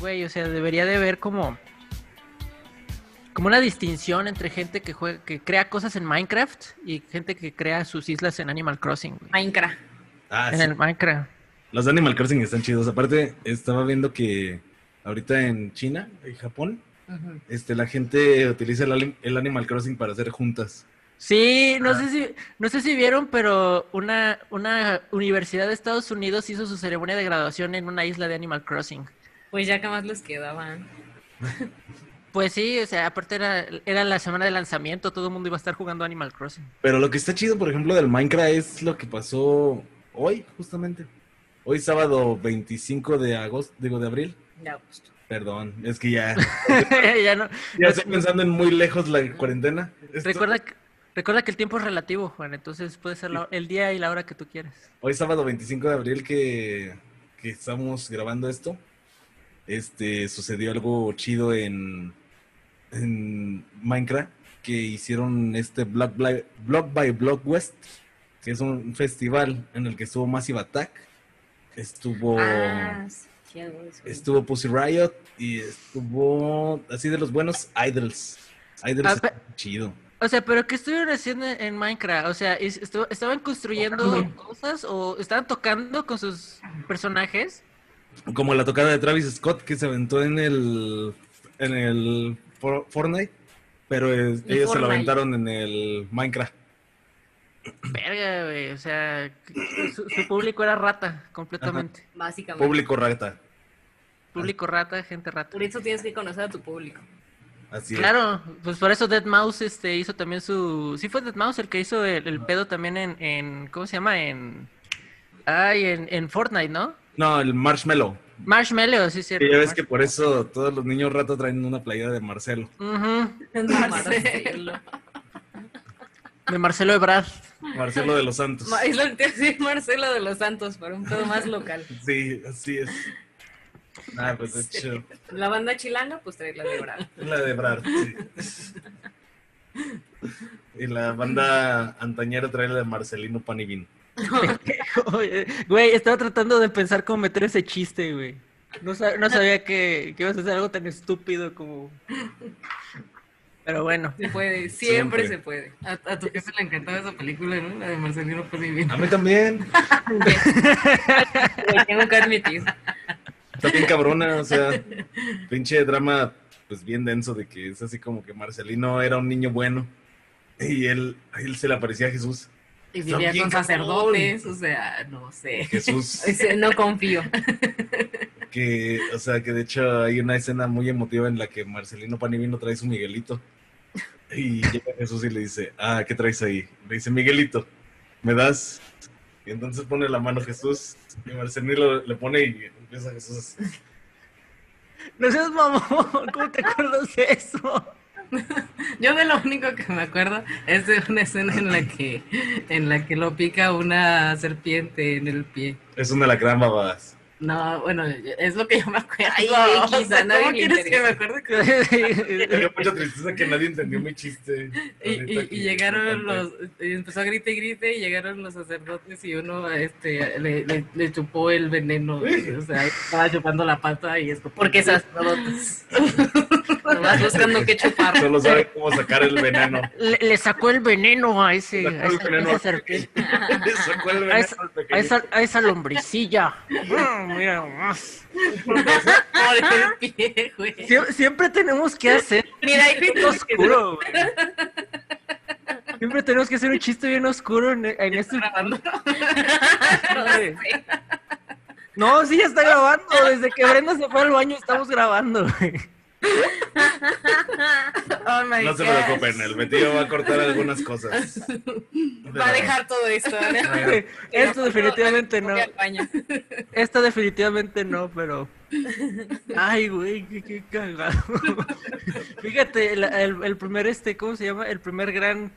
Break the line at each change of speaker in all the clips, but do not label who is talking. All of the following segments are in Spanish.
Güey, o sea, debería de haber como. Como una distinción entre gente que juega, que crea cosas en Minecraft y gente que crea sus islas en Animal Crossing, güey.
Minecraft.
en
Ah,
el Minecraft.
Los de Animal Crossing están chidos. Aparte, estaba viendo que ahorita en China, en Japón,
Ujú.
este, la gente utiliza el, alim- el Animal Crossing para hacer juntas.
Sí, no
Ah.
sé si, no sé si vieron, pero una, una universidad de Estados Unidos hizo su ceremonia de graduación en una isla de Animal Crossing.
Pues ya que más les quedaban.
Pues sí, o sea, aparte era, era la semana de lanzamiento, todo el mundo iba a estar jugando Animal Crossing.
Pero lo que está chido, por ejemplo, del Minecraft es lo que pasó hoy, justamente. Hoy sábado 25 de agosto, digo de abril.
De agosto.
Perdón, es que ya,
ya no.
ya estoy pensando en muy lejos la cuarentena. Esto-
Recuerda, que- recuerda que el tiempo es relativo, Juan, entonces puede ser la- el día y la hora que tú quieras.
Hoy sábado 25 de abril que, que estamos grabando esto, este sucedió algo chido en, en Minecraft que hicieron este Block by, Block by Block West, que es un festival en el que estuvo Massive Attack, estuvo
Ah, sí, sí, algo de eso.
Oh. estuvo Pussy Riot y estuvo así de los buenos Idols. Idols
Ah,
está
pe-
chido.
O sea, ¿pero qué estuvieron haciendo en Minecraft? O sea, ¿es- estu- ¿estaban construyendo cosas o estaban tocando con sus personajes?
Como la tocada de Travis Scott que se aventó en el en el For- Fortnite, pero eh, ellos se lo
Fortnite.
aventaron en el Minecraft.
Verga, güey, o sea, su, su público era rata, completamente.
Básicamente.
Público rata.
Público rata, gente rata.
Por eso tienes que conocer a tu público.
Así es.
Claro, pues por eso Dead Mouse este, hizo también su... Sí fue Dead Mouse el que hizo el, el pedo también en, en... ¿Cómo se llama? En... Ay, en, en Fortnite, ¿no?
No, el Marshmallow.
Marshmallow, sí, es cierto.
Y ya ves que por eso todos los niños rata traen una playera de Marcelo.
Ujú,
Marcelo.
De Marcelo Ebrard.
Marcelo de los Santos.
Ma- Es lo que te iba a decir, Marcelo de los Santos, para un todo más local.
Sí, así es. Ah, pues de hecho,
La banda chilanga, pues trae la liberal.
la de Brad. sí. Y la banda antañera trae la de Marcelino Panivino.
Oye, eh, Güey, estaba tratando de pensar cómo meter ese chiste, güey. No, sa- no sabía que, que ibas a hacer algo tan estúpido como... Pero bueno.
Se puede,
Siempre.
siempre, se puede.
A, a tu jefe le encantaba esa película, ¿no? La de Marcelino Panivino.
A mí también.
Lo tengo que admitir.
Está bien cabrona, o sea, pinche drama, pues bien denso de que es así como que Marcelino era un niño bueno y él, a él se le aparecía a Jesús.
Y
Está
vivía
bien
con sacerdotes, o sea, no sé.
Jesús,
Dice, No confío.
que, o sea, que de hecho hay una escena muy emotiva en la que Marcelino Panivino trae su Miguelito y llega Jesús y le dice, ah, ¿qué traes ahí? Le dice, Miguelito, ¿me das? Y entonces pone la mano Jesús y Marcelino le pone y empieza Jesús.
No seas mamón, ¿cómo te acuerdas de eso?
Yo de lo único que me acuerdo es de una escena en la que, en la que lo pica una serpiente en el pie.
Es una gran babas.
No, bueno, es lo que yo me acuerdo.
Ay,
O
X,
sea,
a nadie
¿cómo
le
quieres que
interesa.
me acuerde?
Sí, sí,
Me dio mucha tristeza que nadie entendió mi chiste.
Y, y-
Ahorita
y
que-
llegaron los, y empezó a grite y grite y llegaron los sacerdotes y uno este le, le- le chupó el veneno, o sea, estaba chupando la pata y esto.
Porque sacerdotes. Lo vas buscando qué chupar.
Solo sabe cómo sacar el veneno.
Le, le sacó el veneno a ese,
Le
a esa,
sacó el
a
veneno.
esa serpiente,
Sacó el veneno al pequeño.
a esa, a esa lombricilla. Mm, mira nomás.
Por el pie, güey.
Sie- siempre tenemos que hacer
Mira, hay
un
gente que
oscuro, güey. Siempre tenemos que hacer un chiste bien oscuro en, en este.
Grabando.
güey. No, sí, ya está grabando. Desde que Brenda se fue al baño, estamos grabando. güey.
Oh my
No se
God.
preocupen, el metido va a cortar algunas cosas.
va a dejar todo esto. ¿verdad?
Esto definitivamente no.
Voy al baño.
Esta definitivamente no, pero. Ay, güey, qué, qué cagado. Fíjate, la- el, el primer este, ¿cómo se llama? El primer gran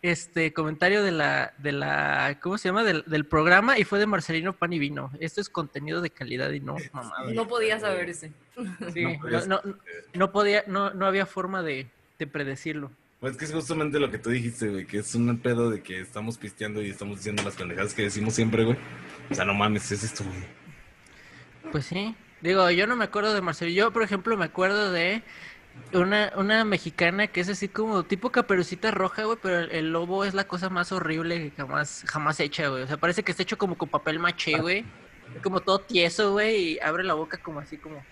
este comentario de la, de la, ¿cómo se llama? Del, del programa y fue de Marcelino Pan y Vino. Esto es contenido de calidad y no mamada.
No podía saberse.
Sí,
no
no,
podías- este
no- no podía, no, no había forma de, de predecirlo.
Pues que es justamente lo que tú dijiste, güey, que es un pedo de que estamos pisteando y estamos diciendo las pendejadas que decimos siempre, güey. O sea, no mames, es esto, güey.
Pues sí. Digo, yo no me acuerdo de Marcelo. Yo, por ejemplo, me acuerdo de una, una mexicana que es así como tipo caperucita roja, güey, pero el, el lobo es la cosa más horrible que jamás, jamás hecha, güey. O sea, parece que está hecho como con papel maché, güey. Como todo tieso, güey, y abre la boca como así como...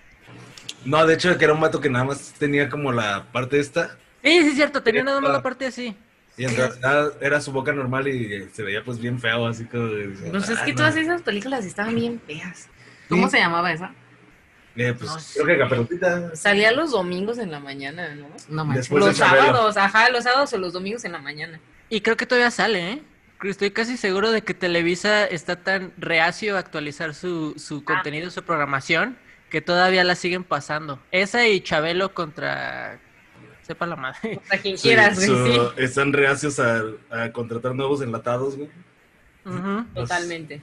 No, de hecho, que era un vato que nada más tenía como la parte esta.
Sí, sí, es cierto, tenía nada más la parte así.
Y en realidad era su boca normal y se veía pues bien feo, así como...
Pues es
ah,
que
no.
todas esas películas estaban bien feas.
¿Cómo se llamaba esa?
Eh, pues
No
creo que Caperucita.
Salía los domingos en la mañana, ¿no?
No manches.
Después de
los
Chabelo.
sábados, ajá, los sábados o los domingos en la mañana.
Y creo que todavía sale, ¿eh? Creo- Estoy casi seguro de que Televisa está tan reacio a actualizar su, su contenido, su programación, que todavía la siguen pasando. Esa y Chabelo contra... Sepa la madre.
O sea, quien quieras,
Sí,
güey, sí,
so- Están reacios a, a contratar nuevos enlatados, güey.
Ujú.
Totalmente.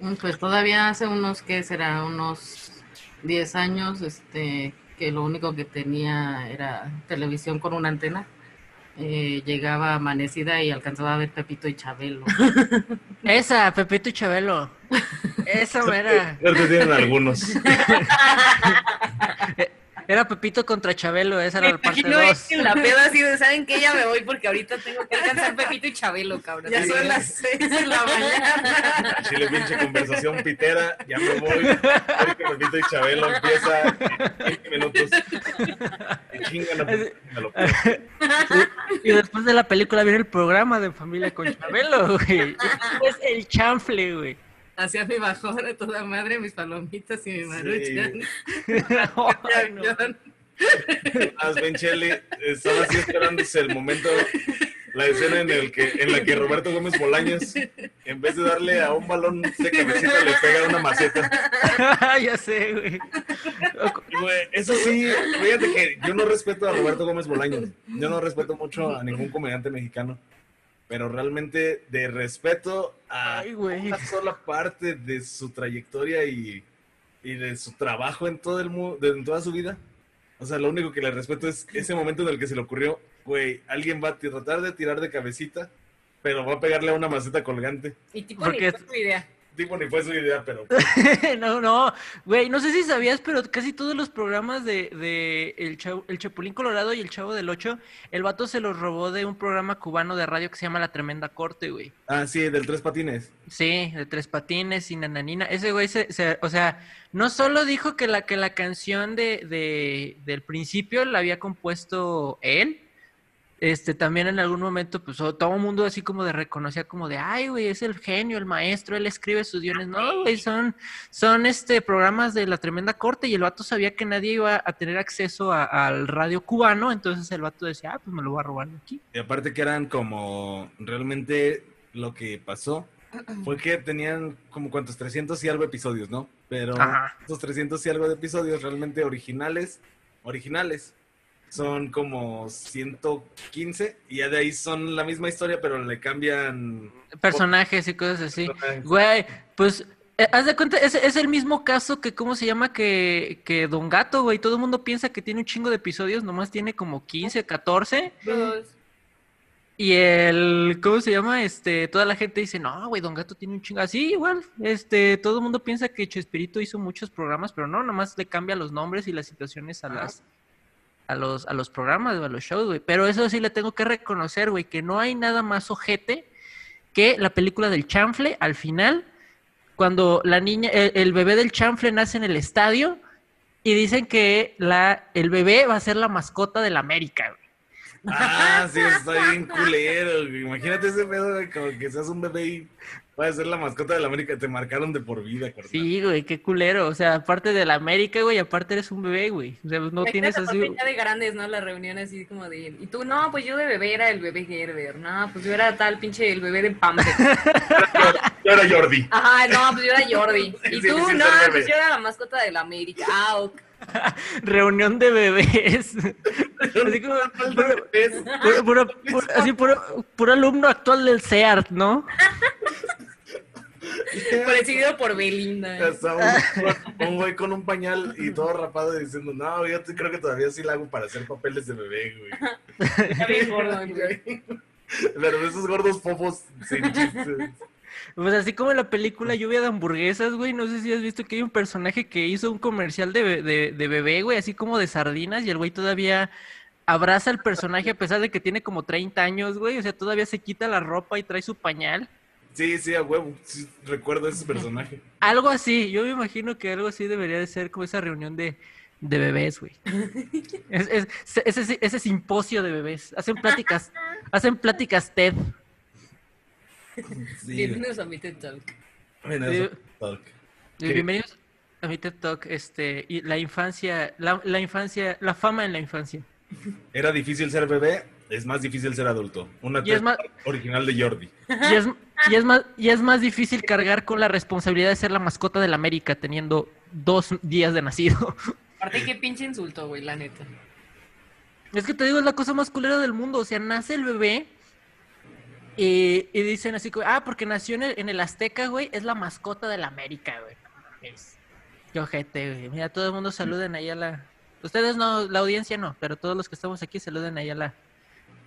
Mm, Pues todavía hace unos, que será? Unos 10 años, este, que lo único que tenía era televisión con una antena. Eh, llegaba amanecida y alcanzaba a ver Pepito y Chabelo.
Esa, Pepito y Chabelo. Esa mera.
Creo que tienen algunos.
Era Pepito contra Chabelo, esa
Me
era la parte
imagino es
2.
que la peda así de, ¿saben qué? Ya me voy porque ahorita tengo que alcanzar Pepito y Chabelo, cabrón.
Ya
Sí.
son las 6 de la mañana.
A Chile, pinche conversación pitera. Ya me voy. Ahorita Pepito y Chabelo empieza en 20 minutos. Y chingan a Pepito, me lo pido.
Y después de la película viene el programa de Familia con Chabelo, güey. Y Es el chanfle, güey.
Hacía mi bajora toda madre, mis palomitas y mi maruchan.
Ay, no.
Más Ben Cheli estaba así esperándose el momento, la escena en, el que, en la que Roberto Gómez Bolaños, en vez de darle a un balón de cabecita, le pega a una maceta.
ya sé, güey.
Y, güey, eso sí, fíjate que yo no respeto a Roberto Gómez Bolaños. Yo no respeto mucho a ningún comediante mexicano. Pero realmente de respeto a
Ay, güey.
una sola parte de su trayectoria y, y de su trabajo en todo el mu- de- en toda su vida. O sea, lo único que le respeto es ese momento en el que se le ocurrió, güey, alguien va a ti- tratar de tirar de cabecita, pero va a pegarle a una maceta colgante.
Y tipo,
Porque-
ni fue tu idea.
Tipo, ni fue su idea, pero
no, no, güey, no sé si sabías, pero casi todos los programas de, de el, Chavo- el Chapulín Colorado y el Chavo del Ocho, el vato se los robó de un programa cubano de radio que se llama La Tremenda Corte, güey.
ah, sí, del tres patines.
Sí, de Tres Patines y Nananina. Ese güey, se, se- o sea, no solo dijo que la, que la canción de, de- del principio la había compuesto él, este, también en algún momento, pues o- todo el mundo así como de reconocía como de, ay, güey, es el genio, el maestro, él escribe sus guiones. No, güey, son, son este, programas de la tremenda corte y el vato sabía que nadie iba a tener acceso a- al radio cubano, entonces el vato decía, ah, pues me lo voy a robar de aquí.
Y aparte que eran como realmente lo que pasó fue que tenían como cuantos 300 y algo episodios, ¿no? Pero
Ajá.
esos 300 y algo de episodios realmente originales, originales, son como 115 y ya de ahí son la misma historia, pero le cambian...
Personajes y cosas así. Güey, pues, eh, haz de cuenta, es, es el mismo caso que, ¿cómo se llama? Que, que Don Gato, güey. Todo el mundo piensa que tiene un chingo de episodios, nomás tiene como 15, 14.
Pues,
Y el, ¿cómo se llama? Este, toda la gente dice, no, güey, Don Gato tiene un chingo. Así, igual, este, todo el mundo piensa que Chespirito hizo muchos programas, pero no, nomás le cambia los nombres y las situaciones a las... A los, a los programas, güey, a los shows, güey. Pero eso sí le tengo que reconocer, güey, que no hay nada más ojete que la película del chanfle al final, cuando la niña, el, el bebé del chanfle nace en el estadio y dicen que la, el bebé va a ser la mascota del América, güey.
Ah, sí, está bien culero. güey. Imagínate ese pedo de como que seas un bebé y vas a ser la mascota de la América. Te marcaron de por vida, carnal.
Sí, güey, qué culero. O sea, aparte del América, güey, aparte eres un bebé, güey. O sea, no
imagínate
tienes así.
también ya de grandes, ¿no? La reunión así como de... Y tú, no, pues yo de bebé era el bebé Gerber. No, pues yo era tal pinche el bebé de Pampe.
Yo era Jordi.
Ajá, no, pues yo era Jordi.
Sí,
Y
sí,
tú,
sí,
no,
soy bebé.
pues yo era la mascota del América. Ah, ok.
Reunión de bebés. así como. puro- puro- puro- puro- así, puro, puro alumno actual del CEART, ¿no?
Parecido por Belinda.
Ya está
Ah.
un, un güey con un pañal y todo rapado diciendo, no, yo te- creo que todavía sí la hago para hacer papeles de bebé, güey.
Está bien gordo, güey.
Pero de esos gordos fofos sin chistes.
Pues así como en la película Lluvia de Hamburguesas, güey, no sé si has visto que hay un personaje que hizo un comercial de, be- de- de bebé, güey, así como de sardinas, y el güey todavía abraza al personaje a pesar de que tiene como 30 años, güey, o sea, todavía se quita la ropa y trae su pañal.
Sí, sí, a huevo. Sí, recuerdo ese personaje.
Algo así, yo me imagino que algo así debería de ser como esa reunión de, de bebés, güey. Es- es- ese, ese simposio de bebés. Hacen pláticas, hacen pláticas TED.
Sí,
Bienvenidos a mi TED Talk.
mira,
Sí.
eso, Dark.
Eh,
¿Qué?
Bienvenidos a mi TED Talk, este, y la infancia, la, la infancia, la fama en la infancia.
Era difícil ser bebé, es más difícil ser adulto. Una
Y es
TED
más-
original de Jordi.
Y es, y es más, y es más difícil cargar con la responsabilidad de ser la mascota de la América teniendo dos días de nacido.
Aparte, qué pinche insulto, güey, la neta.
Es que te digo, es la cosa más culera del mundo. O sea, nace el bebé eh, y, y dicen así, como, ah, porque nació en el, en el Azteca, güey, es la mascota de la América, güey. Es- Qué ojete, güey. Mira, todo el mundo saluden ahí a la... Ustedes no, la audiencia no, pero todos los que estamos aquí saluden ahí a la,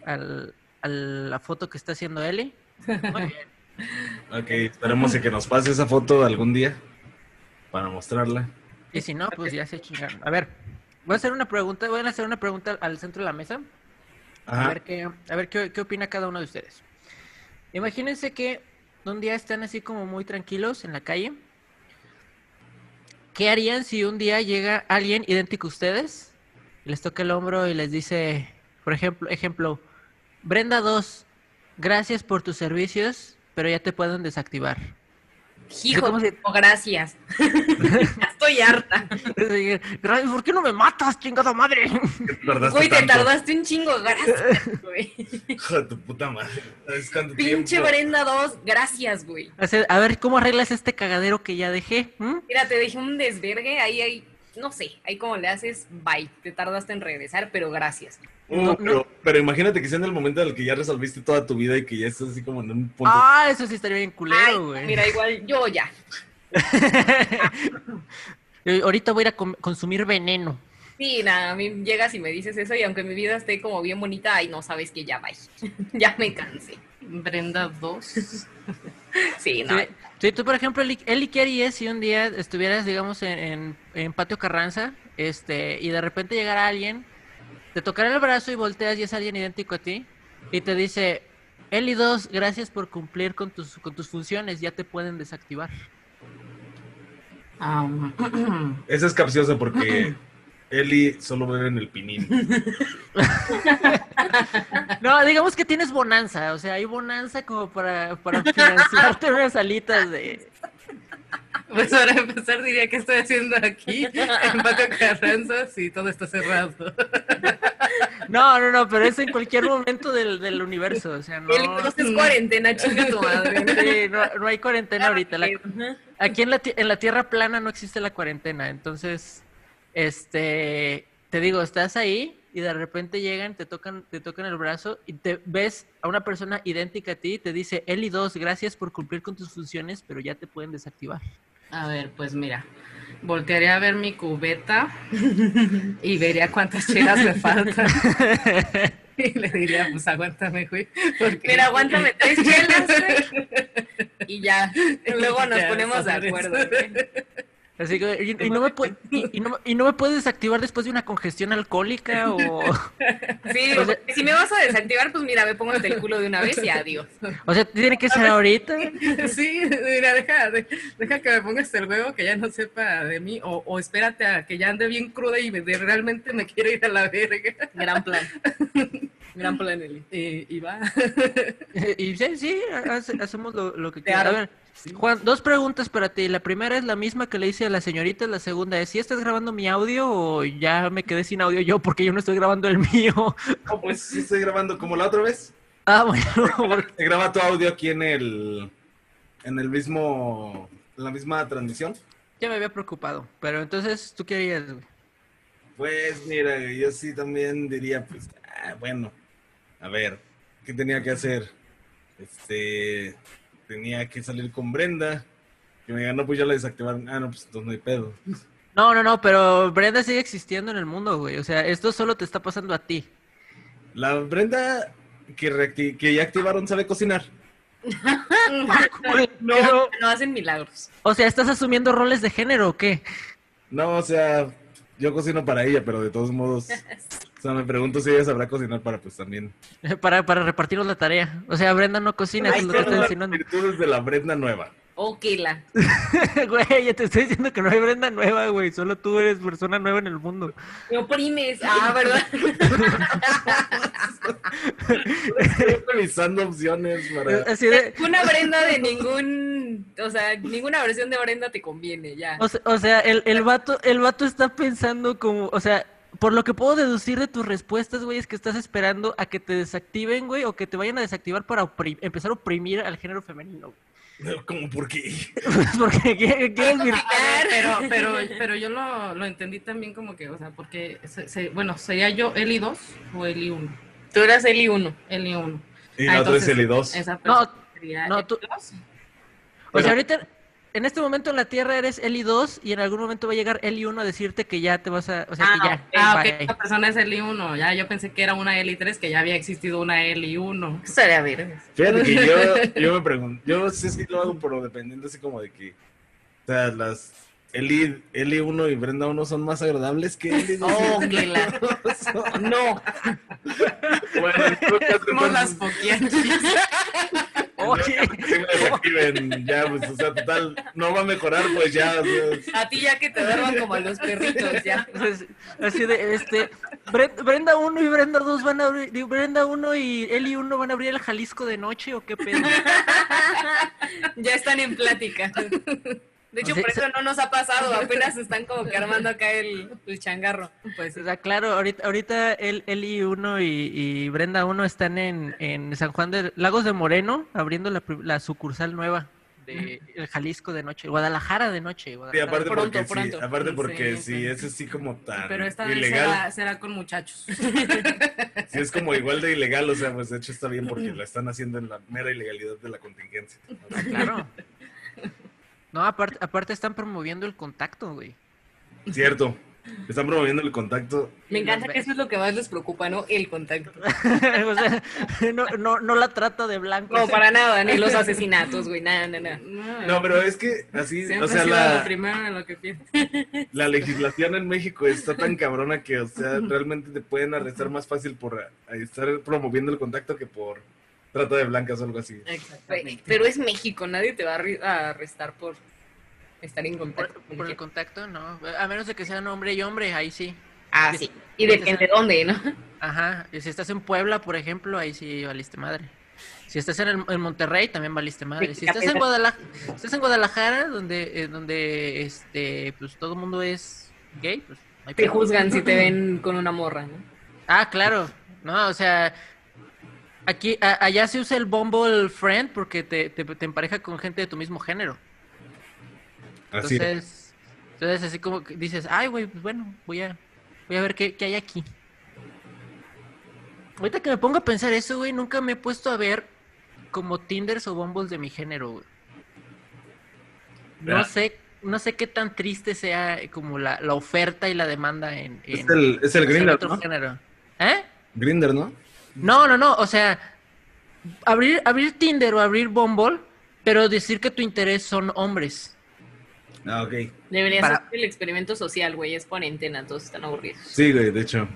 al- a la foto que está haciendo Eli. Muy bien.
Ok, esperemos a que nos pase esa foto algún día para mostrarla.
Y si no, pues ya se chingaron. A ver, voy a hacer una pregunta, voy a hacer una pregunta al centro de la mesa. A
Ajá.
ver, qué, a ver qué, qué opina cada uno de ustedes. Imagínense que un día están así como muy tranquilos en la calle. ¿Qué harían si un día llega alguien idéntico a ustedes? y les toca el hombro y les dice, por ejemplo, ejemplo, Brenda 2, gracias por tus servicios, pero ya te pueden desactivar.
Hijo,
¿Cómo se-
no, gracias. Estoy harta.
Gracias, ¿por qué no me matas, chingada madre?
¿Qué tardaste
Güey, te
tanto?
tardaste un chingo, gracias, güey.
Hijo de tu puta madre. ¿Sabes cuánto
Pinche
tiempo?
Brenda 2, gracias, güey.
Hace- A ver, ¿cómo arreglas este cagadero que ya dejé? ¿Mm?
Mira, te dejé un desvergue, ahí hay, no sé, ahí como le haces, bye, te tardaste en regresar, pero gracias.
Uh,
No,
pero, pero imagínate que sea en el momento en el que ya resolviste toda tu vida y que ya estás así como en un punto.
Ah, eso sí estaría bien
Ay,
culero, güey.
mira, igual yo ya.
Eh, Ahorita voy a ir a com- consumir veneno.
Sí, nada, a mí llegas y me dices eso y aunque mi vida esté como bien bonita, ay, no sabes que ya bye. ya me cansé.
Brenda 2.
Sí,
Si
no.
tú, por ejemplo, Eli, Eli, ¿qué harías si un día estuvieras, digamos, en, en- en Patio Carranza este, y de repente llegara alguien, te tocará el brazo y volteas y es alguien idéntico a ti y te dice, Eli 2, gracias por cumplir con tus, con tus funciones, ya te pueden desactivar.
Esa es capciosa porque Eli solo bebe en el pinín.
No, digamos que tienes bonanza, o sea, hay bonanza como para, para financiarte unas alitas de...
Pues para empezar diría que estoy haciendo aquí en Patio Carranza si todo está cerrado.
No, no, no, pero es en cualquier momento del, del universo, o sea, no...
El no es cuarentena, chinga tu madre.
Sí, no, no hay cuarentena
Ah,
ahorita. La- aquí en la, ti- en la Tierra plana no existe la cuarentena. Entonces, este, te digo, estás ahí y de repente llegan, te tocan, te tocan el brazo y te ves a una persona idéntica a ti y te dice, Eli 2, gracias por cumplir con tus funciones, pero ya te pueden desactivar.
A ver, pues mira, voltearía a ver mi cubeta y vería cuántas chelas me faltan. Y le diría, pues aguántame, güey. Porque...
Mira, aguántame tres chelas, güey, y ya. Luego nos
Ya,
ponemos de
sobre
acuerdo. ¿eh?
eso.
güey.
Así que, y, y no me pue- y- y no, me- y no me puedes desactivar después de una congestión alcohólica o...
Sí,
O sea-
porque si me vas a desactivar, pues mira, me pongo hasta el culo de una vez y adiós.
O sea, tiene que ser ahorita.
Sí, mira, deja, de- deja que me pongas el huevo que ya no sepa de mí, o, o espérate a que ya ande bien cruda y me- de- realmente me quiero ir a la verga.
Gran plan. Gran plan, Eli.
Y, y va.
Y sí, sí, hace- hacemos lo, lo que
Te
quieras. A
armo.
ver, Juan, dos preguntas para ti. La primera es la misma que le hice a la señorita. La segunda es, ¿si estás grabando mi audio o ya me quedé sin audio yo porque yo no estoy grabando el mío?
No, pues sí estoy grabando como la otra vez.
Ah, bueno. porque-
Se graba tu audio aquí en el en el mismo en la misma transmisión.
Ya me había preocupado. Pero entonces, ¿tú qué harías? güey?
Pues mira, yo sí también diría, pues, ah, bueno, a ver, ¿qué tenía que hacer? Este, tenía que salir con Brenda, que me diga, no, pues ya la desactivaron. Ah, no, pues entonces no hay pedo.
No, no, no, pero Brenda sigue existiendo en el mundo, güey. O sea, esto solo te está pasando a ti.
La Brenda que, reacti- que ya activaron sabe cocinar.
No,
Pero-
no hacen milagros.
O sea, ¿estás asumiendo roles de género o qué?
No, o sea, yo cocino para ella, pero de todos modos, o sea, me pregunto si ella sabrá cocinar para pues también.
Para, para repartirnos la tarea. O sea, Brenda no cocina, eso es lo que
Estas son
estoy
las
diciendo.
virtudes de la Brenda nueva.
O Kela.
Güey, ya te estoy diciendo que no hay Brenda nueva, güey. Solo tú eres persona nueva en el mundo.
Me oprimes. Ah, ¿verdad?
Estoy revisando opciones para...
Así de,
Una Brenda de ningún. O sea, ninguna versión de Brenda te conviene, ya.
O se- o sea, el, el vato, el vato está pensando como, o sea, por lo que puedo deducir de tus respuestas, güey, es que estás esperando a que te desactiven, güey, o que te vayan a desactivar para opri- empezar a oprimir al género femenino. güey.
¿Cómo por qué?
Pues porque qui- quieres vir-
A ver, pero, pero, pero yo lo, lo entendí también como que, o sea, porque, se- se- bueno, sería yo Eli 2 o Eli 1.
Tú eras Eli 1.
Eli 1.
Y la otra es el 2.
Esa
No,
persona sería
no,
Eli
tú-
2.
O sea, ahorita, en este momento en la Tierra eres Eli 2 y en algún momento va a llegar Eli 1 a decirte que ya te vas a, o sea, que
Ah,
ya.
ah, ok,
bye.
esa persona es Eli 1. Ya, yo pensé que era una Eli 3, que ya había existido una Eli 1.
Estaría bien.
Fíjate que yo, yo me pregunto, yo sí es que lo hago por lo dependiente, así como de que, o sea, las Eli, Eli 1 y Brenda 1 son más agradables que Eli 2.
Oh, Kela. No.
Bueno, en todo caso,
Somos
entonces,
las poquianas.
Oye,
que me desactiven, ya, pues, o sea, total, no va a mejorar, pues ya, o sea,
A ti ya que te duerman como a los perritos, ya.
Pues, así de, este, Bre- Brenda 1 y Brenda 2 van a abrir, digo, Brenda 1 y Eli 1 van a abrir el Jalisco de noche o qué pedo.
Ya están en plática. De hecho,
Sí,
por
sí.
eso no nos ha pasado. Apenas están como que armando acá el, el changarro. Pues
O sea, claro, ahorita, ahorita el, Eli 1 y, y Brenda 1 están en, en San Juan de Lagos de Moreno abriendo la, pri- la sucursal nueva de el Jalisco de noche, Guadalajara de noche.
y
Guadalajara.
aparte
Pronto,
porque sí,
pronto.
aparte porque
Sí,
si
sí.
es así como tan
Pero esta vez
ilegal,
será, será con muchachos.
si es como igual de ilegal, o sea, pues de hecho está bien porque la están haciendo en la mera ilegalidad de la contingencia.
Claro. No, aparte, aparte están promoviendo el contacto, güey.
Cierto, están promoviendo el contacto
me encanta que eso es lo que más les preocupa, ¿no? El contacto.
o sea, no, no, no la trata de blanco.
No, para nada, ni los asesinatos, güey, nada, nada, nada.
No, pero es que así,
Siempre
o sea,
ha sido
la,
lo primero en lo que pienso.
la legislación en México está tan cabrona que, o sea, realmente te pueden arrestar más fácil por eh, estar promoviendo el contacto que por trata de blancas o algo así.
Güey,
Exactamente.
Pero es México, nadie te va a arri- a arrestar por estar en
Por,
contacto. con
por el
gente.
contacto, no. A menos de que sean hombre y hombre, ahí sí.
Ah, sí. Y depende de dónde, ¿no?
Ajá. Y si estás en Puebla, por ejemplo, ahí sí valiste madre. Si estás en, el- en Monterrey, también valiste madre. Si estás en Guadalajara, estás en Guadalajara donde, eh, donde este, pues todo el mundo es gay, pues no hay
Te
pedo.
juzgan si te ven con una morra, ¿no?
Ah, claro. No, o sea, aquí, a- allá se usa el Bumble Friend porque te, te, te empareja con gente de tu mismo género.
Así.
Entonces, entonces así como que dices, ay, güey, pues bueno, voy a, voy a ver qué, qué hay aquí. Ahorita que me pongo a pensar eso, güey, nunca me he puesto a ver como Tinders o Bumbles de mi género, güey. No
Vea.
sé, no sé qué tan triste sea eh, como la, la oferta y la demanda en, en
Es el, es el
hacer
Grindr,
otro
¿no?
género. ¿Eh?
Grindr, ¿no?
No, no, no, o sea, abrir, abrir Tinder o abrir Bumble, pero decir que tu interés son hombres.
Ah, ok.
Deberías
Para-
hacer el experimento social, güey, es cuarentena, todos están aburridos.
Sí, güey, de hecho,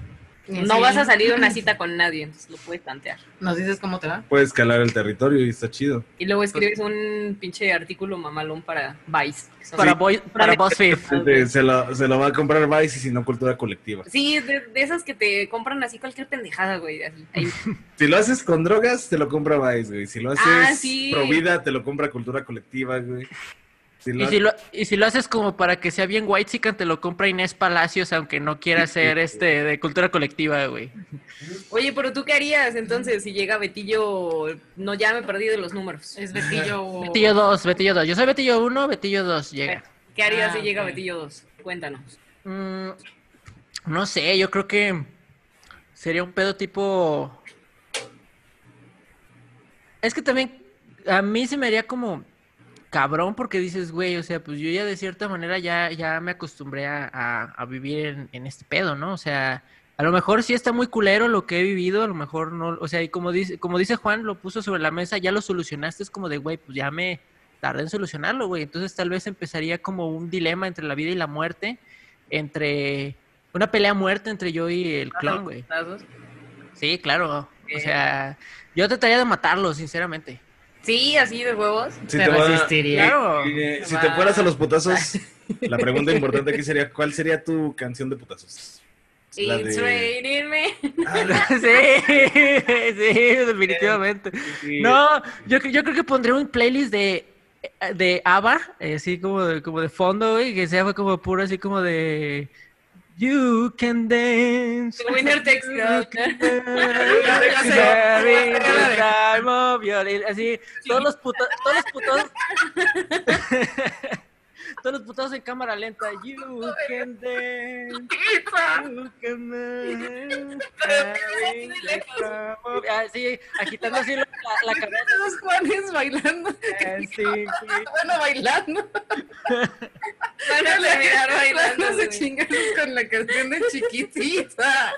No vas a salir a una cita con nadie, entonces lo puedes tantear.
¿Nos dices cómo te va?
puedes calar el territorio y está chido.
Y luego escribes un pinche artículo mamalón para Vice. que son-
Para, Boy- para BuzzFeed.
Este, se, lo, se lo va a comprar Vice y si no, cultura colectiva.
Sí, de, de esas que te compran así cualquier pendejada, güey. así. Ahí-
Si lo haces con drogas, te lo compra Vice, güey. Si lo haces
Ah, sí.
pro vida, te lo compra cultura colectiva, güey. Si lo
Y si, lo, y si lo haces como para que sea bien white chican, te lo compra Inés Palacios, aunque no quiera ser este de cultura colectiva, güey.
Oye, pero tú qué harías entonces si llega Betillo, no ya me perdí de los números.
Es Betillo o...
Betillo 2, Betillo 2. Yo soy Betillo 1, Betillo 2 llega.
¿Qué harías
Ah,
si llega
ok.
Betillo 2? Cuéntanos.
Mm, no sé, yo creo que sería un pedo tipo... Es que también a mí se me haría como cabrón porque dices, güey, o sea, pues yo ya de cierta manera ya, ya me acostumbré a, a- a vivir en, en este pedo, ¿no? O sea, A lo mejor sí está muy culero lo que he vivido, a lo mejor no, o sea, y como dice, como dice Juan, lo puso sobre la mesa, ya lo solucionaste, es como de, güey, pues ya me tardé en solucionarlo, güey. Entonces tal vez empezaría como un dilema entre la vida y la muerte, entre una pelea a muerte entre yo y el clon, güey. Sí, claro. O sea, yo trataría de matarlo, sinceramente.
Sí, así de huevos.
Si
Te
te, va-
resistiría.
Claro.
eh, si
Va.
te fueras a los putazos, la pregunta importante aquí sería, ¿cuál sería tu canción de putazos? La
It's
de-
raining men.
Ah, la-
Sí, sí, definitivamente. No, yo, cre- yo creo que pondría un playlist de, de ABBA, eh, así como de, como de fondo, güey, que sea como puro, así como de... You can dance.
The winner takes the other.
Having the time of your life. Así, todos los putos, todos los putos, todos los putos en cámara lenta. You can dance, you can dance, having the time of- Así, agitando así la, la cabeza.
Los Juanes bailando.
Así,
Bueno, bailando.
Van a terminar bailando.
No se
güey.
chingaron con la canción de chiquitita.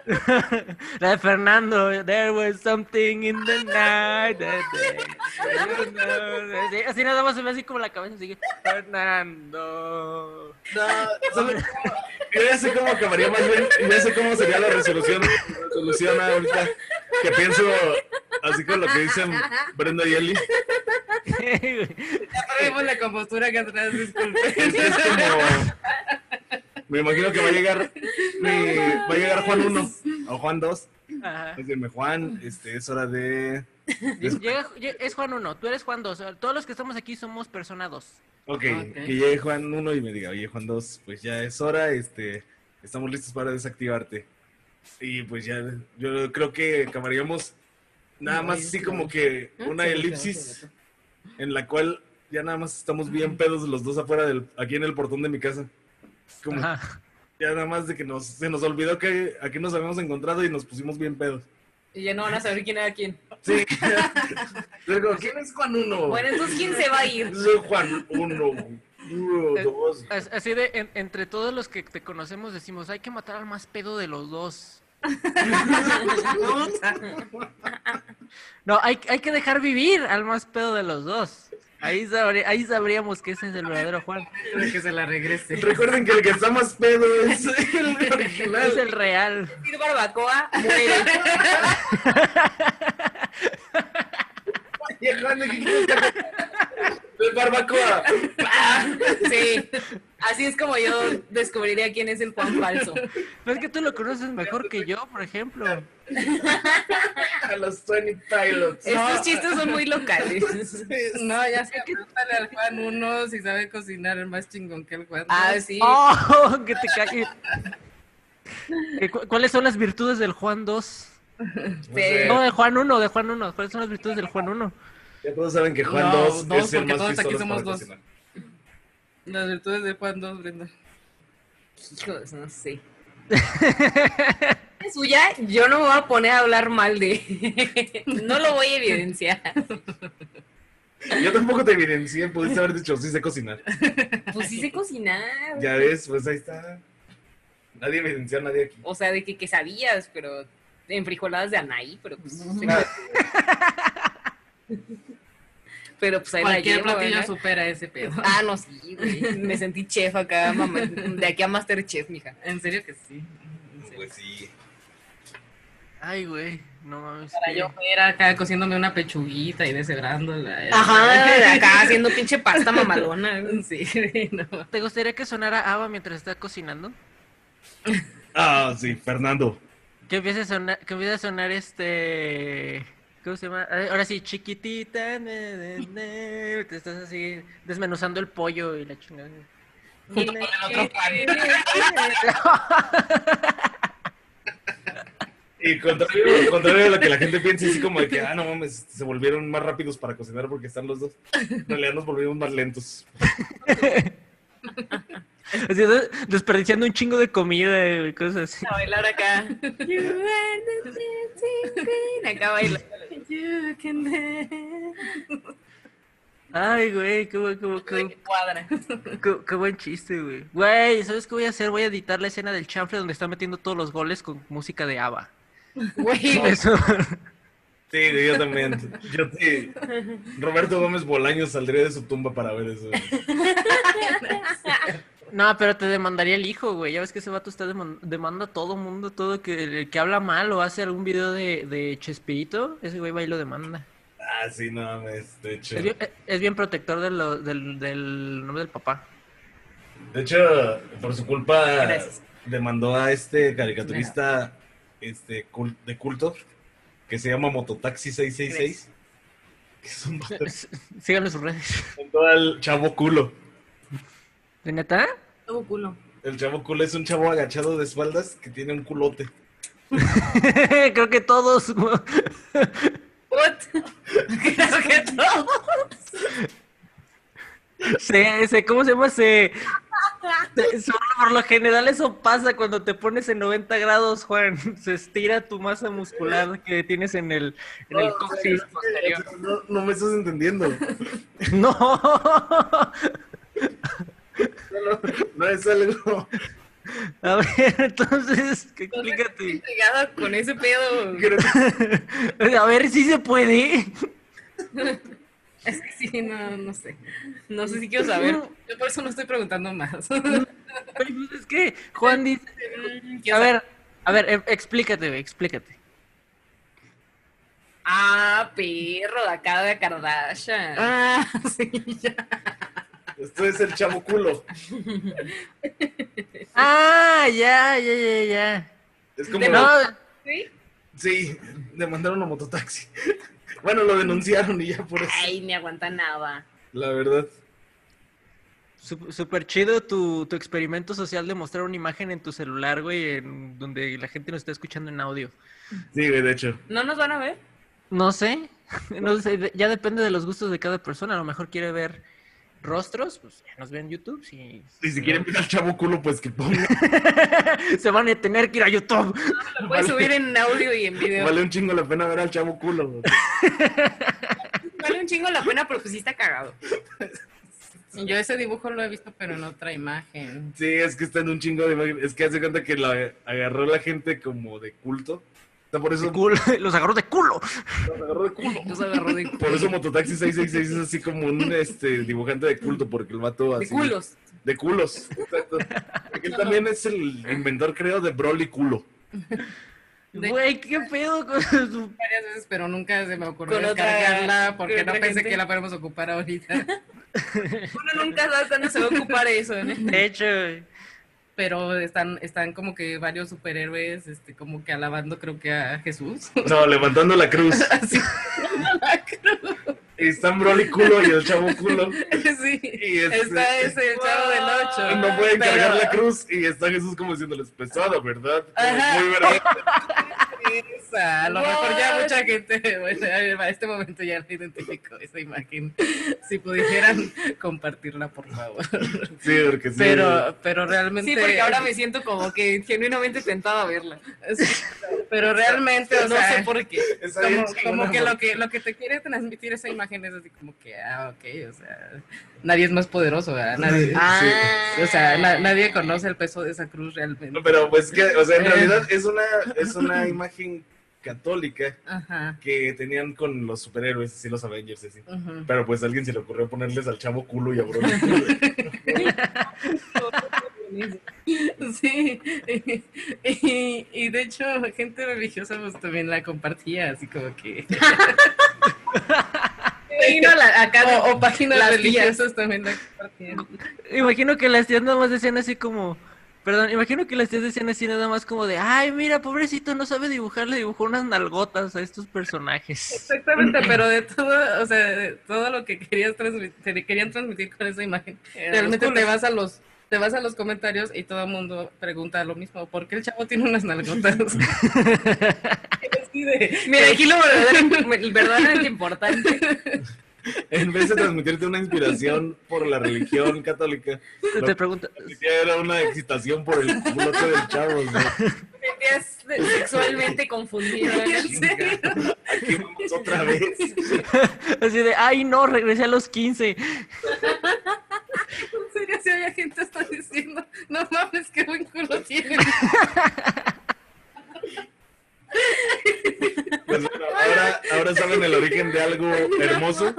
La de Fernando, there was something in the night. that day". Así, así nada más se ve así como la cabeza sigue. Fernando.
No, ¿sabes cómo? Yo ya sé cómo acabaría más bien, ya sé cómo sería la resolución, resolución ahorita, que pienso así con lo que dicen Brenda y Eli,
Ya perdimos la compostura que atrás, este
es que
disculpen.
es como, me imagino que va a llegar, mi- va a llegar Juan 1 o Juan 2,
Ajá.
decirme Juan, este, es hora de,
Llega- lle- es Juan 1, tú eres Juan 2. Todos los que estamos aquí somos persona 2.
ok,
Ok.
que llegue Juan 1 y me diga, oye Juan 2, pues ya es hora, este, estamos listos para desactivarte, y pues ya, yo creo que acabaríamos nada más así como que una elipsis. en la cual ya nada más estamos bien pedos los dos afuera del, aquí en el portón de mi casa. Como
Ajá.
ya nada más de que nos, se nos olvidó que aquí nos habíamos encontrado y nos pusimos bien pedos.
Y ya no van a saber quién era quién.
Sí. Pero como, ¿quién es Juan 1?
Bueno, entonces, ¿quién se va a ir?
Soy Juan 1, 2.
As- Así de, en- entre todos los que te conocemos decimos, hay que matar al más pedo de los dos. No, hay, hay que dejar vivir al más pedo de los dos. Ahí, sabrí- ahí sabríamos que ese es el verdadero Juan.
Que se la regrese.
Recuerden que el que está más pedo es el original.
Es el real.
Ir barbacoa, muere.
Y Juan, ¿de qué quieres que haga? El barbacoa.
Sí. Así es como yo descubriría quién es el Juan falso.
No es que tú lo conoces mejor que yo, por ejemplo.
A los Tony Pilots.
Estos chistes son muy locales.
No, ya sé que pregúntale al Juan uno si sabe cocinar, es más chingón que el Juan.
Ah, sí.
¡Oh! Que te cae. Eh, cu- ¿Cuáles son las virtudes del Juan 2?
No sé,
No, de Juan 1, de Juan 1. ¿Cuáles son las virtudes del Juan 1?
Ya todos saben que Juan
No,
2
dos,
es el
porque
más
todos aquí
pistolas
somos
para
dos.
cocinar.
Las virtudes de Juan 2, Brenda.
Hijos, no sé. Es suya, yo no me voy a poner a hablar mal de. No lo voy a evidenciar.
Yo tampoco te evidencié, pudiste haber dicho, sí sé cocinar.
Pues sí sé cocinar.
Ya ves, pues ahí está. Nadie evidenció a nadie aquí.
O sea, de que, que sabías, pero. En frijoladas de Anaí, pero pues. se- Pero pues ahí la
Cualquier
llevo,
platillo
¿verdad?
supera ese pedo.
Ah, no, sí, güey. Me sentí chef acá, mamá. De aquí a Masterchef, mija.
En serio que sí. en serio.
Pues sí.
Ay, güey. No mames.
Para
qué-
yo fuera acá cociéndome una pechuguita y deshebrándola.
Ajá, de acá haciendo pinche pasta mamalona. güey.
Sí, no.
¿Te gustaría que sonara Ava mientras está cocinando?
Ah, sí, Fernando.
Que empiece a sonar, que empiece a sonar este. ¿Cómo se llama? Eh, Ahora sí, chiquitita. ne, ne, ne, Te estás así desmenuzando el pollo y la chingada.
Junto con el otro
Y contrario, contrario a lo que la gente piensa, así como de que, ah, no mames, se volvieron más rápidos para cocinar porque están los dos. En realidad nos volvimos más lentos.
Así, de- desperdiciando un chingo de comida y cosas así.
a bailar acá. acá bailando.
Ay, güey, qué, bu- qué bu- qué bu-
que cuadra.
Qué, qué buen chiste, güey. Güey, ¿sabes qué voy a hacer? Voy a editar la escena del chanfle donde está metiendo todos los goles con música de ABBA.
Güey,
Eso.
Sí, güey, yo también. Yo sí. Roberto Gómez Bolaños saldría de su tumba para ver eso. güey.
No, pero te demandaría el hijo, güey. Ya ves que ese vato está deman- demanda a todo mundo, todo que el que habla mal o hace algún video de, de Chespirito, ese güey va y lo demanda.
Ah, sí, no mames. De hecho,
Es bien, eh, es bien protector de lo- del, del nombre del papá.
de hecho por su culpa,
Gracias.
demandó a este caricaturista este, cul- de culto que se llama Mototaxi 666. Que es un vato
S- Síganlo en sus redes.
que mandó al chavo culo.
¿De neta?
tengo culo.
El chavo culo es un chavo agachado de espaldas que tiene un culote.
Creo que todos, güey.
What? Creo que todo.
Se, se- ¿Cómo se llama? Se, se- se- por lo general eso pasa cuando te pones en 90 grados, Juan. Se estira tu masa muscular que tienes en el, en Oh, el coxis posterior.
No, no me estás entendiendo.
¡No!
No, no es algo
A ver, entonces, que
Estoy
explícate.
pegada con ese pedo.
A ver, si se puede.
Es que sí, no, no sé.
No sé si quiero saber. Yo por eso no estoy preguntando más.
Ay, pues Es que Juan dice...
Quiero
A
saber.
ver, a ver, eh, explícate, güey, explícate.
Ah, perro, de acá de Kardashian.
Ah, sí, ya.
Esto es el chavo culo.
Ah, ya, ya, ya, ya.
Es como.
No,
¿Sí?
Sí, demandaron a mototaxi. Bueno, lo denunciaron y ya por eso.
Ay, ni aguanta nada.
La verdad.
Sup- Súper chido tu, tu experimento social de mostrar una imagen en tu celular, güey, en donde la gente nos está escuchando en audio.
Sí, güey, de hecho.
¿No nos van a ver?
No sé, no sé, de- ya depende de los gustos de cada persona. A lo mejor quiere ver rostros, pues ya nos ve en YouTube. Si,
Y si quieren ver al chavo culo, pues que ponga.
Se van a tener que ir a YouTube.
Lo puedes
Vale.
subir en audio y en video. Vale.
Vale un chingo la pena ver al chavo culo. güey.
un chingo la pena, pero pues sí está cagado.
Yo ese dibujo lo he visto, pero en otra imagen.
Sí, es que está en un chingo de imagen. Es que hace cuenta que la agarró la gente como de culto. O sea, por
De
eso
culo, los agarró de culo.
los agarró de culo.
Nos agarró de,
Por eso Mototaxi 666 es así como un este, dibujante de culto, porque el vato
de
así.
culos.
De culos. Exacto. Porque él también es el inventor, creo, de Broly culo.
De-
Güey, qué pedo con su...
Varias veces, pero nunca se me ocurrió
Con otra-
descargarla porque
con
no
otra
pensé
gente.
que la fuéramos a ocupar ahorita.
Uno nunca sabe cuándo se va a ocupar eso, ¿no?
De hecho, güey.
Pero están, están como que varios superhéroes, este, como que alabando creo que a Jesús.
No, levantando la cruz.
Así.
Y Están Broly culo y el chavo culo.
sí.
Y este,
Está ese el chavo del ocho.
no pueden
Ah, Pero-
cargar la cruz y está Jesús como diciéndoles pesado, ¿verdad? Como
Ajá.
muy verdad.
Esa, a lo mejor ya
What?
mucha gente, bueno, a este momento ya la identificó esa imagen. Si pudieran compartirla, por favor.
Sí, porque sí.
Pero, pero realmente.
Sí, porque ahora me siento como que genuinamente tentada a verla.
Sí, Pero realmente, o
no
sea,
sé por qué.
Está bien
como,
chingona,
como que
güey.
lo que lo que te quiere transmitir esa imagen es así como que, ah, ok, o sea, nadie es más poderoso, ¿verdad? Nadie,
Ah.
O sea, na- nadie conoce el peso de esa cruz realmente.
No, Pero pues que, o sea, en
Eh.
realidad es una, es una imagen católica
Ajá.
que tenían con los superhéroes, así los Avengers, así.
ujú.
Pero pues a alguien se le ocurrió ponerles al chavo culo y a Broly culo.
Sí, y, y de hecho gente religiosa pues también la compartía, así como que...
Vino la- acá de-
O, o páginas
Las
religiosas también la compartían.
imagino que las tías nada más decían así como... Perdón, imagino que las tías decían así nada más como de... Ay, mira, pobrecito, no sabe dibujar, le dibujó unas nalgotas a estos personajes.
Exactamente, pero de todo, o sea, de todo lo que querías transmitir, te querían transmitir con esa imagen,
Eh,
realmente te vas a los... Te vas a los comentarios y todo el mundo pregunta lo mismo. ¿Por qué el chavo tiene unas nalgotas? Así de-
Mira, aquí lo verdadero, el verdadero es importante.
En vez de transmitirte una inspiración por la religión católica,
Te- Te pregunto...
lo que hacía era una excitación por el culote del chavo, ¿no?
Sentí vivías sexualmente confundido. ¿en serio?
Aquí vamos otra vez.
Así de, ay no, regresé a los 15.
En serio, si había gente está diciendo, no mames, qué buen culo tiene.
Pues bueno, ahora, ahora saben el origen de algo hermoso,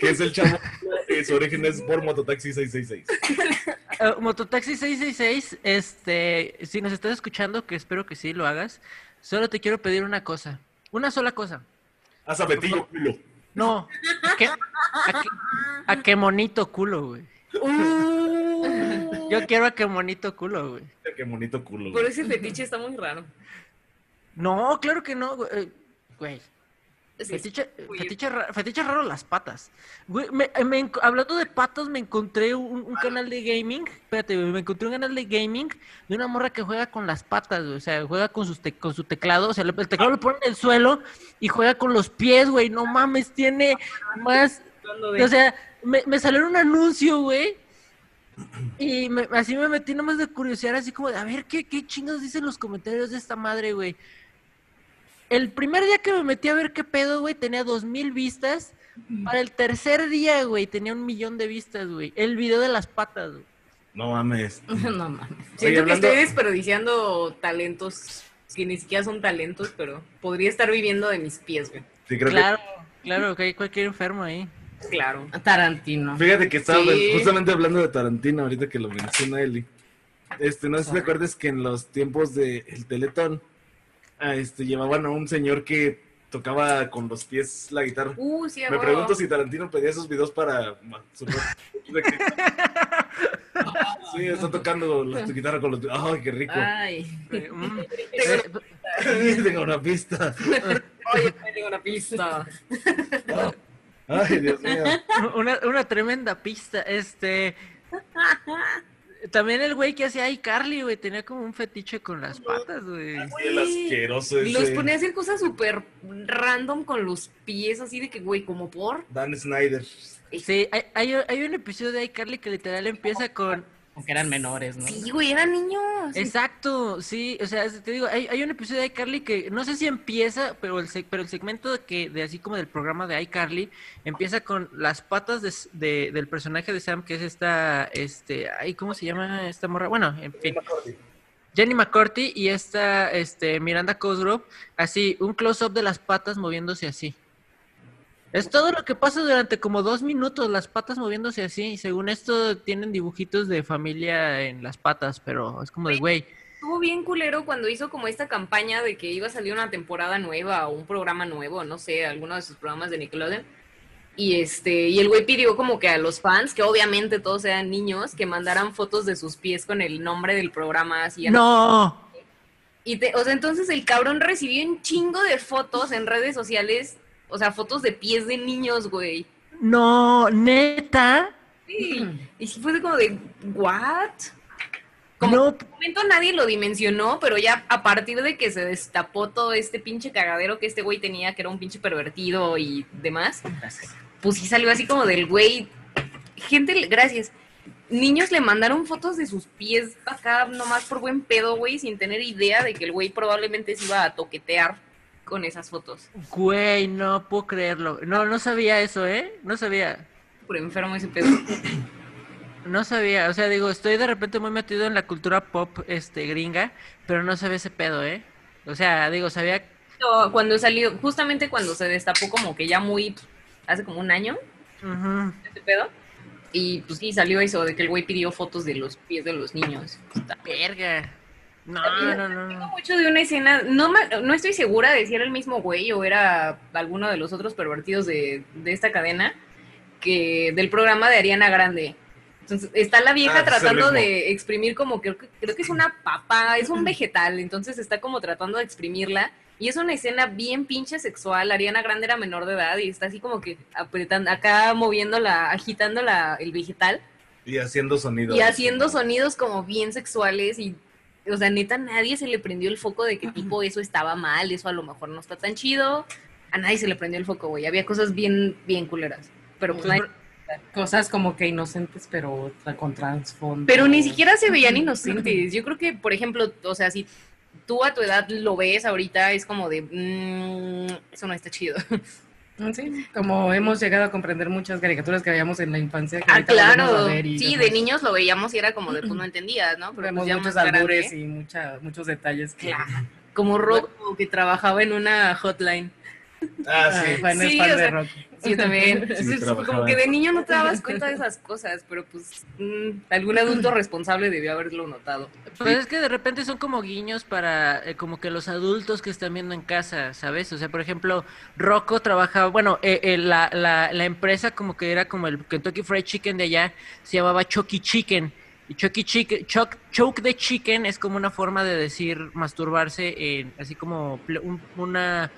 que es el chavo. que su origen es por Mototaxi 666.
Eh, Mototaxi 666, este, si nos estás escuchando, que espero que sí lo hagas, solo te quiero pedir una cosa. Una sola cosa.
Haz a Betillo Ah, culo.
No. ¿A qué, a qué, a qué monito culo, güey? Yo quiero a qué monito culo, güey.
Qué bonito culo.
Por
güey.
ese fetiche está muy raro.
No, claro que no, güey. Eh, Güey.
Es que-
Fetiche,
weird.
fetiche ra- fetiche raro las patas. Güey, me- eh, me enco- hablando de patas, me encontré un,
Ah.
un canal de gaming. Espérate, güey, me encontré un canal de gaming de una morra que juega con las patas, güey, O sea, juega con, sus te- con su teclado. O sea, le- el teclado lo pone en el suelo y juega con los pies, güey. No mames, tiene
Ah,
más.
Hablando de-
O sea, me, me salió un anuncio, güey. Y me- así me metí nomás de curiosear, así como de, a ver, ¿qué, qué chingados dicen los comentarios de esta madre, güey? El primer día que me metí a ver qué pedo, güey, tenía dos mil vistas. Para el tercer día, güey, tenía un millón de vistas, güey. El video de las patas, güey.
No mames.
No mames.
Siento
Oye, hablando-
que estoy desperdiciando talentos que ni siquiera son talentos, pero podría estar viviendo de mis pies, güey.
Sí, creo que-
Claro, claro, que hay cualquier enfermo ahí.
Claro.
Tarantino.
Fíjate que estaba
Sí.
justamente hablando de Tarantino ahorita que lo menciona Eli. Este, no sé si te acuerdas que en los tiempos de el Teletón, ah, este, llevaban a un señor que tocaba con los pies la guitarra.
Uh, sí, a
Me
huevo.
pregunto si Tarantino pedía esos videos para ma- su- de que- Sí, está tocando la, tu guitarra con los pies. ¡Ay, qué rico!
Ah.
Ay.
Eh, mm. Eh,
Tengo una pista.
Oye, tengo una pista.
¡Ay, Dios mío!
Una, una tremenda pista. Este. También el güey que hacía iCarly, güey, tenía como un fetiche con las patas, güey.
El asqueroso ese.
Los ponía a hacer cosas súper random con los pies, así de que, güey, como por.
Dan Snyder.
Sí, hay, hay, hay un episodio de iCarly que literal empieza con.
Aunque eran menores, ¿no?
Sí, güey, eran niños.
Exacto, sí, o sea, es- te digo, hay, hay un episodio de iCarly que no sé si empieza, pero el, seg- pero el segmento de que, de así como del programa de iCarly, empieza con las patas de, s- de- del personaje de Sam, que es esta, este, ay, ¿cómo se llama esta morra? Bueno, en fin. Jenny McCarthy y esta este, Miranda Cosgrove, así, un close-up de las patas moviéndose así. Es todo lo que pasa durante como dos minutos, las patas moviéndose así. Y según esto, tienen dibujitos de familia en las patas, pero es como de, güey,
Estuvo bien culero cuando hizo como esta campaña de que iba a salir una temporada nueva o un programa nuevo, no sé, alguno de sus programas de Nickelodeon. Y este, y el güey pidió como que a los fans, que obviamente todos eran niños, que mandaran fotos de sus pies con el nombre del programa así.
no.
Y te- o sea, entonces el cabrón recibió un chingo de fotos en redes sociales, o sea, fotos de pies de niños, güey.
No, neta.
Sí. Y sí fue de como de, ¿what? Como
No,
momento nadie lo dimensionó, pero ya a partir de que se destapó todo este pinche cagadero que este güey tenía, que era un pinche pervertido y demás, pues sí salió así como del güey. Gente, le- gracias. Niños le mandaron fotos de sus pies acá nomás por buen pedo, güey, sin tener idea de que el güey probablemente se iba a toquetear con esas fotos.
güey, no puedo creerlo. No, no sabía eso, ¿eh? No sabía.
Por enfermo ese pedo.
No sabía, o sea, digo, estoy de repente muy metido en la cultura pop este gringa, pero no sabía ese pedo, ¿eh? O sea, digo, sabía
Pero Cuando salió, justamente cuando se destapó como que ya muy, pues, hace como un año,
Ujú.
este pedo. Y pues sí, salió eso de que el güey pidió fotos de los pies de los niños. Está-
Verga. No,
También
no, no.
Tengo
no.
mucho de una escena, no, ma- no estoy segura de si era el mismo güey o era alguno de los otros pervertidos de, de esta cadena, que del programa de Ariana Grande. Entonces, está la vieja
Ah, sí, es el
tratando
mismo.
de exprimir como, creo que, creo que es una papa, es un vegetal, entonces está como tratando de exprimirla. Y es una escena bien pinche sexual. Ariana Grande era menor de edad y está así como que apretando, acá moviéndola, agitándola el vegetal
Y haciendo sonidos.
y haciendo sonidos como bien sexuales y o sea, neta, nadie se le prendió el foco de que tipo eso estaba mal, eso a lo mejor no está tan chido. A nadie se le prendió el foco, güey. Había cosas bien, bien culeras. Pero pues nadie-
Cosas como que inocentes, pero tra- con trasfondo.
Pero ni siquiera se veían inocentes. Yo creo que, por ejemplo, o sea, si tú a tu edad lo ves ahorita, es como de, mm, eso no está chido.
Mm, Sí, como hemos llegado a comprender muchas caricaturas que veíamos en la infancia. que
Ah,
ahorita volvemos
claro.
a ver y
Sí,
vemos-
de niños lo veíamos y era como de, pues no entendías, ¿no? Pero
Vemos
pues, ya
muchos
más grande,
albures y mucha- muchos detalles. que-
Claro. Como Rocco, que trabajaba en una hotline.
Ah,
Ah,
sí.
bueno, es
Sí,
fan
o
de
sea,
rock.
Sí, yo también.
Sí,
Es como
trabajaba.
que de niño no te dabas cuenta de esas cosas, pero pues mm, algún adulto responsable debió haberlo notado.
Pues es que de repente son como guiños para eh, como que los adultos que están viendo en casa, ¿sabes? O sea, por ejemplo, Rocco trabajaba, bueno, eh, eh, la, la, la empresa como que era como el Kentucky Fried Chicken de allá, se llamaba Chucky Chicken. Y Chucky Chicken, Chuck, Choke the Chicken es como una forma de decir masturbarse, en- así como ple- un, una,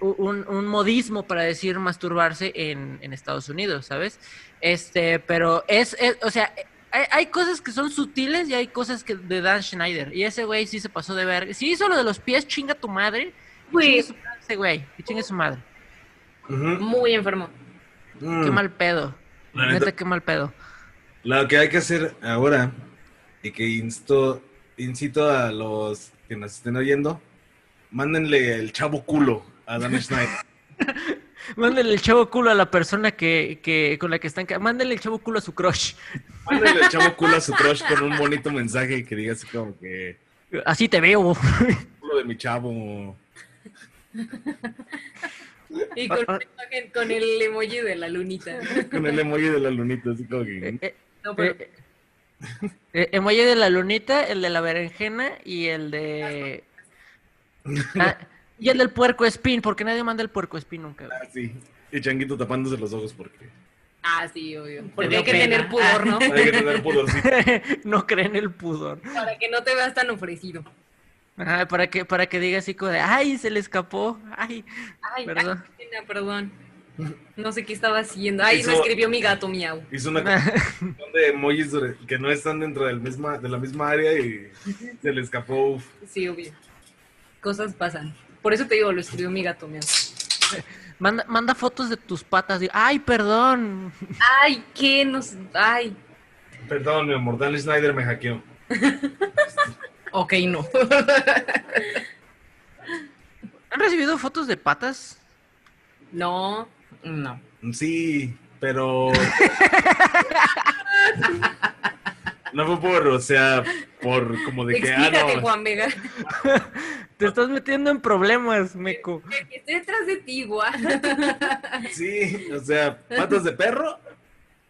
u- un, un modismo para decir masturbarse en, en Estados Unidos, ¿sabes? Este, pero es, es- o sea, hay, hay cosas que son sutiles y hay cosas que de Dan Schneider. Y ese güey sí se pasó de ver. Si hizo lo de los pies, chinga tu madre. Chinga
Güey,
su madre ese güey. Que chinga su madre.
Ujú.
muy enfermo.
Mm.
Qué mal pedo.
La neta.
Neta, qué mal pedo.
Lo que hay que hacer ahora y que insto, incito a los que nos estén oyendo, mándenle el chavo culo a Dan Schneider.
Mándele el chavo culo a la persona que, que con la que están. ca- Mándele el chavo culo a su crush.
Mándale el chavo culo a su crush con un bonito mensaje que diga así como que
Así te veo.
culo de mi chavo.
Y
Ah,
con, una imagen- con el emoji de la lunita.
Con el emoji de la lunita, así como
Eh,
que.
eh,
No, pero
eh, eh, emoji de la lunita, el de la berenjena y el de. Ah, y el del puerco espín, porque nadie manda el puerco espín nunca. güey.
Ah, sí. Y Changuito tapándose los ojos porque
Ah, sí, obvio.
Porque
Porque hay que
pena.
tener pudor, ¿no?
hay que tener pudorcito.
no creen el pudor.
Para que no te veas tan ofrecido.
Ajá, para que, para que diga así como de, ay, se le escapó, ay,
Ay,
Perdón.
ay, pena, perdón. No sé qué estaba haciendo. Ay, lo
Eso-
escribió mi gato miau.
Hizo una combinación de emojis dure- que no están dentro del misma, de la misma área y se le escapó. uf.
Sí, obvio. Cosas pasan. Por eso te digo, lo escribió mi gato miau.
manda, manda fotos de tus patas, di- ay, perdón.
Ay, qué nos. Ay.
Perdón, mi amor, Dan Schneider me hackeó.
Ok, no.
¿Han recibido fotos de patas?
No.
No.
Sí, pero. No fue por, o sea, por como de que, ah,
Explícate,
no.
Juan Vega.
Te estás metiendo en problemas, meco.
Que estoy detrás de ti, igual.
Sí, o sea, patas de perro.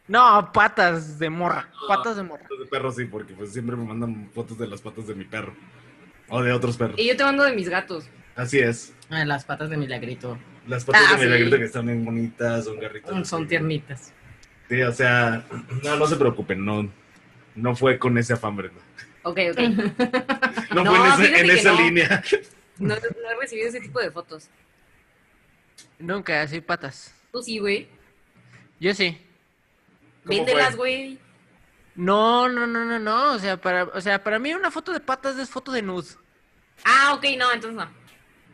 No, patas de morra, patas de morra.
Patas de perro, sí, porque pues siempre me mandan fotos de las patas de mi perro. O de otros perros.
Y yo te mando de mis gatos.
Así es.
Ay, Las patas de milagrito
Las patas
Ah,
de milagrito
sí.
que están bien bonitas, son garritas.
son tiernitas.
Sí, o sea, no, no se preocupen, no, no fue con ese afán, ¿verdad?
Ok, ok.
No,
No,
fue en, ese-
fíjate
en
que
esa
no.
línea.
No, no he recibido ese tipo de fotos.
Nunca, así patas.
Tú sí, güey.
Yo sí.
¿Cómo
Véndelas,
fue?
güey.
No, no, no, no, no, o sea, para, o sea, para mí una foto de patas es foto de nude.
Ah, ok, no, entonces no.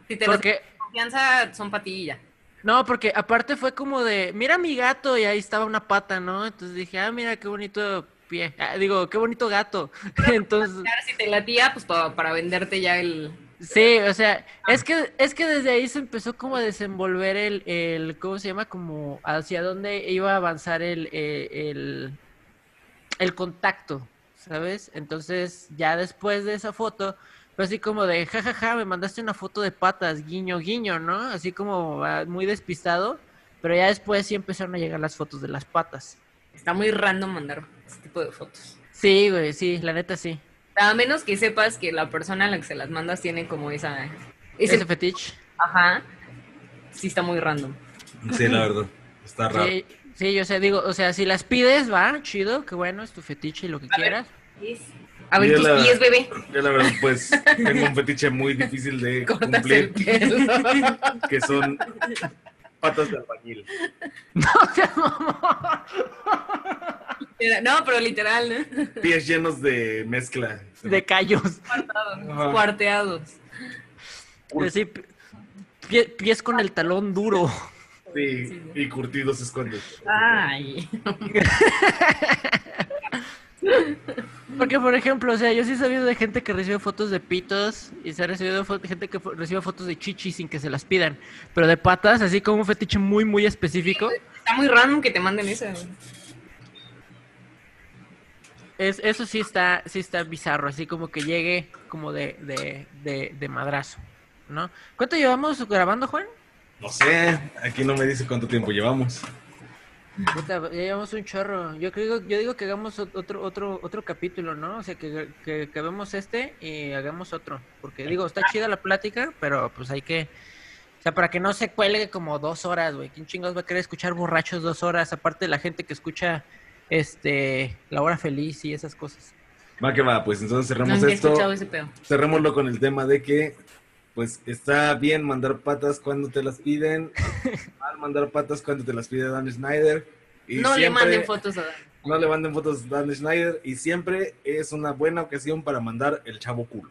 Si te las
Porque,
confianza son para ti y ya.
no, porque aparte fue como de, mira mi gato y ahí estaba una pata, ¿no? Entonces dije, ah, mira qué bonito pie, Ah, digo, qué bonito gato. Entonces...
Claro, si te latía, pues pa- para venderte ya el.
Sí, o sea, es que, es que desde ahí se empezó como a desenvolver el, el ¿cómo se llama? Como hacia dónde iba a avanzar el, eh, el, el contacto, ¿sabes? Entonces, ya después de esa foto, fue así como de, jajaja, me mandaste una foto de patas, guiño, guiño, ¿no? Así como ah, muy despistado, pero ya después sí empezaron a llegar las fotos de las patas.
Está muy random mandar ese tipo de fotos.
Sí, güey, sí, la neta sí.
A menos que sepas que la persona a la que se las mandas tiene como esa.
Ese,
Ese,
fetiche.
Ajá. Sí, está muy random.
Sí, la verdad, está raro.
Sí, sí, yo sé, digo, o sea, si las pides, va, chido, qué bueno, es tu fetiche y lo que quieras.
A ver,
Mira
tus
la-
pies, bebé.
Yo la verdad, pues, tengo un fetiche muy difícil de
Cortas el
cumplir,
pelo.
que son patas de albañil.
No seas mamón.
No, pero literal, ¿no?
Pies llenos de mezcla.
De callos.
Ajá.
Cuarteados.
Ur-
Sí, pie- pies con el talón duro.
Sí, y curtidos escondidos.
Ay.
¿Por porque, por ejemplo, o sea, yo sí he sabido de gente que recibe fotos de pitos y se ha recibido fo- gente que fo- recibe fotos de chichis sin que se las pidan. Pero de patas, así como un fetiche muy, muy específico.
Está muy random que te manden eso. güey.
Es, eso sí está, sí está bizarro, así como que llegue como de, de, de, de madrazo, ¿no? ¿Cuánto llevamos grabando, Juan?
No sé, aquí no me dice cuánto tiempo llevamos.
Puta, ya llevamos un chorro. Yo creo, yo digo que hagamos ot- otro, otro, otro capítulo, ¿no? O sea, que, que, que vemos este y hagamos otro. Porque digo, está chida la plática, pero pues hay que. O sea, para que no se cuelgue como dos horas, güey. ¿Quién chingados va a querer escuchar borrachos dos horas? Aparte de la gente que escucha este La Hora Feliz y esas cosas.
Va que va, pues entonces cerramos
Nunca he
esto.
escuchado ese pedo.
Cerrémoslo con el tema de que, pues, está bien mandar patas cuando te las piden, mal mandar patas cuando te las pide Dan Schneider. Y
No le
siempre-
manden fotos a Dan.
No le manden fotos a Dan Schneider y siempre es una buena ocasión para mandar el chavo culo.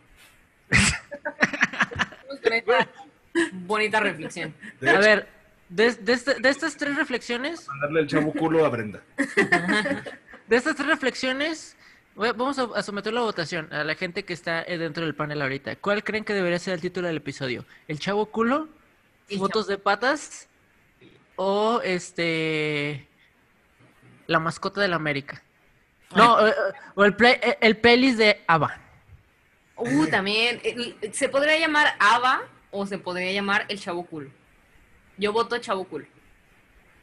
Con esta Bonita reflexión.
De
A
hecho,
ver, de, de este- de estas tres reflexiones,
mandarle el chavo culo a Brenda.
de estas tres reflexiones, voy- vamos a, a someter la votación a la gente que está eh, dentro del panel ahorita. ¿Cuál creen que debería ser el título del episodio? ¿El chavo culo?
El
¿Fotos de patas? ¿O este. La mascota de la América? No, eh, eh, o el, play- eh, el pelis de Ava.
Uh, también. el- Se podría llamar Ava o se podría llamar el Chavo Cool. Yo voto Chavo Cool.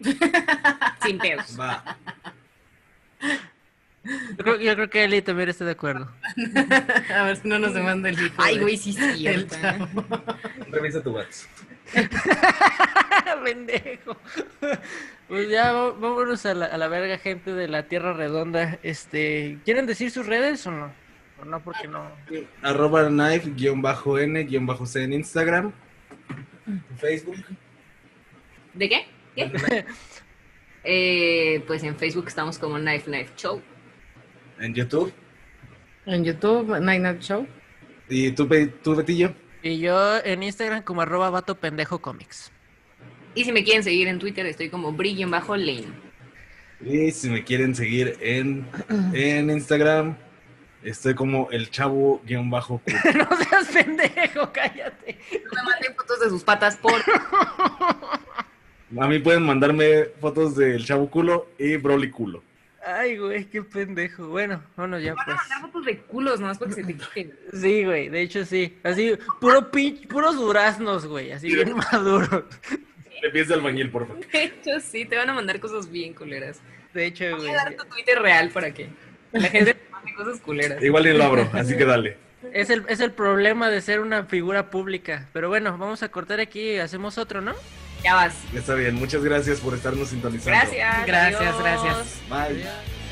Sin pedos.
Va.
Yo creo, yo creo que Eli también está de acuerdo.
A ver si no nos demanda el hijo.
Ay,
de-
güey, sí, sí.
del chavo.
Revisa tu WhatsApp.
Pendejo. Pues ya va- vámonos a la, a la verga, gente de la Tierra Redonda. Este, ¿quieren decir sus redes o no? O no, porque no.
Arroba knife-n-c en Instagram. Facebook.
¿De qué? ¿Qué? Eh, pues en Facebook estamos como Knife Knife Show.
En YouTube.
En YouTube, Night Night Show.
¿Y tú, Pe- tú Betillo?
Y yo en Instagram como arroba vato pendejo cómics.
Y si me quieren seguir en Twitter, estoy como Brillen Bajo Lane.
Y si me quieren seguir en, en Instagram, estoy como el chavo guión bajo. culo.
No seas pendejo, cállate.
No me manden fotos de sus patas por.
A mí pueden mandarme fotos del chavo culo y Broly culo.
Ay, güey, qué pendejo. Bueno, bueno, ya pues.
Mandar fotos de culos nomás porque se te quiten.
Sí, güey, de hecho sí. Así, puro pin- puros duraznos, güey, así bien maduros.
Le pides al bañil, por favor.
De hecho, sí, te van a mandar cosas bien culeras.
De hecho,
Voy
güey.
a dar tu Twitter real para que la gente te mande cosas culeras.
Igual y lo abro, así que dale.
Es el, es el problema de ser una figura pública. Pero bueno, vamos a cortar aquí y hacemos otro, ¿no?
Ya vas.
Está bien, muchas gracias por estarnos sintonizando.
Gracias.
Gracias,
adiós.
gracias.
Bye.
Adiós.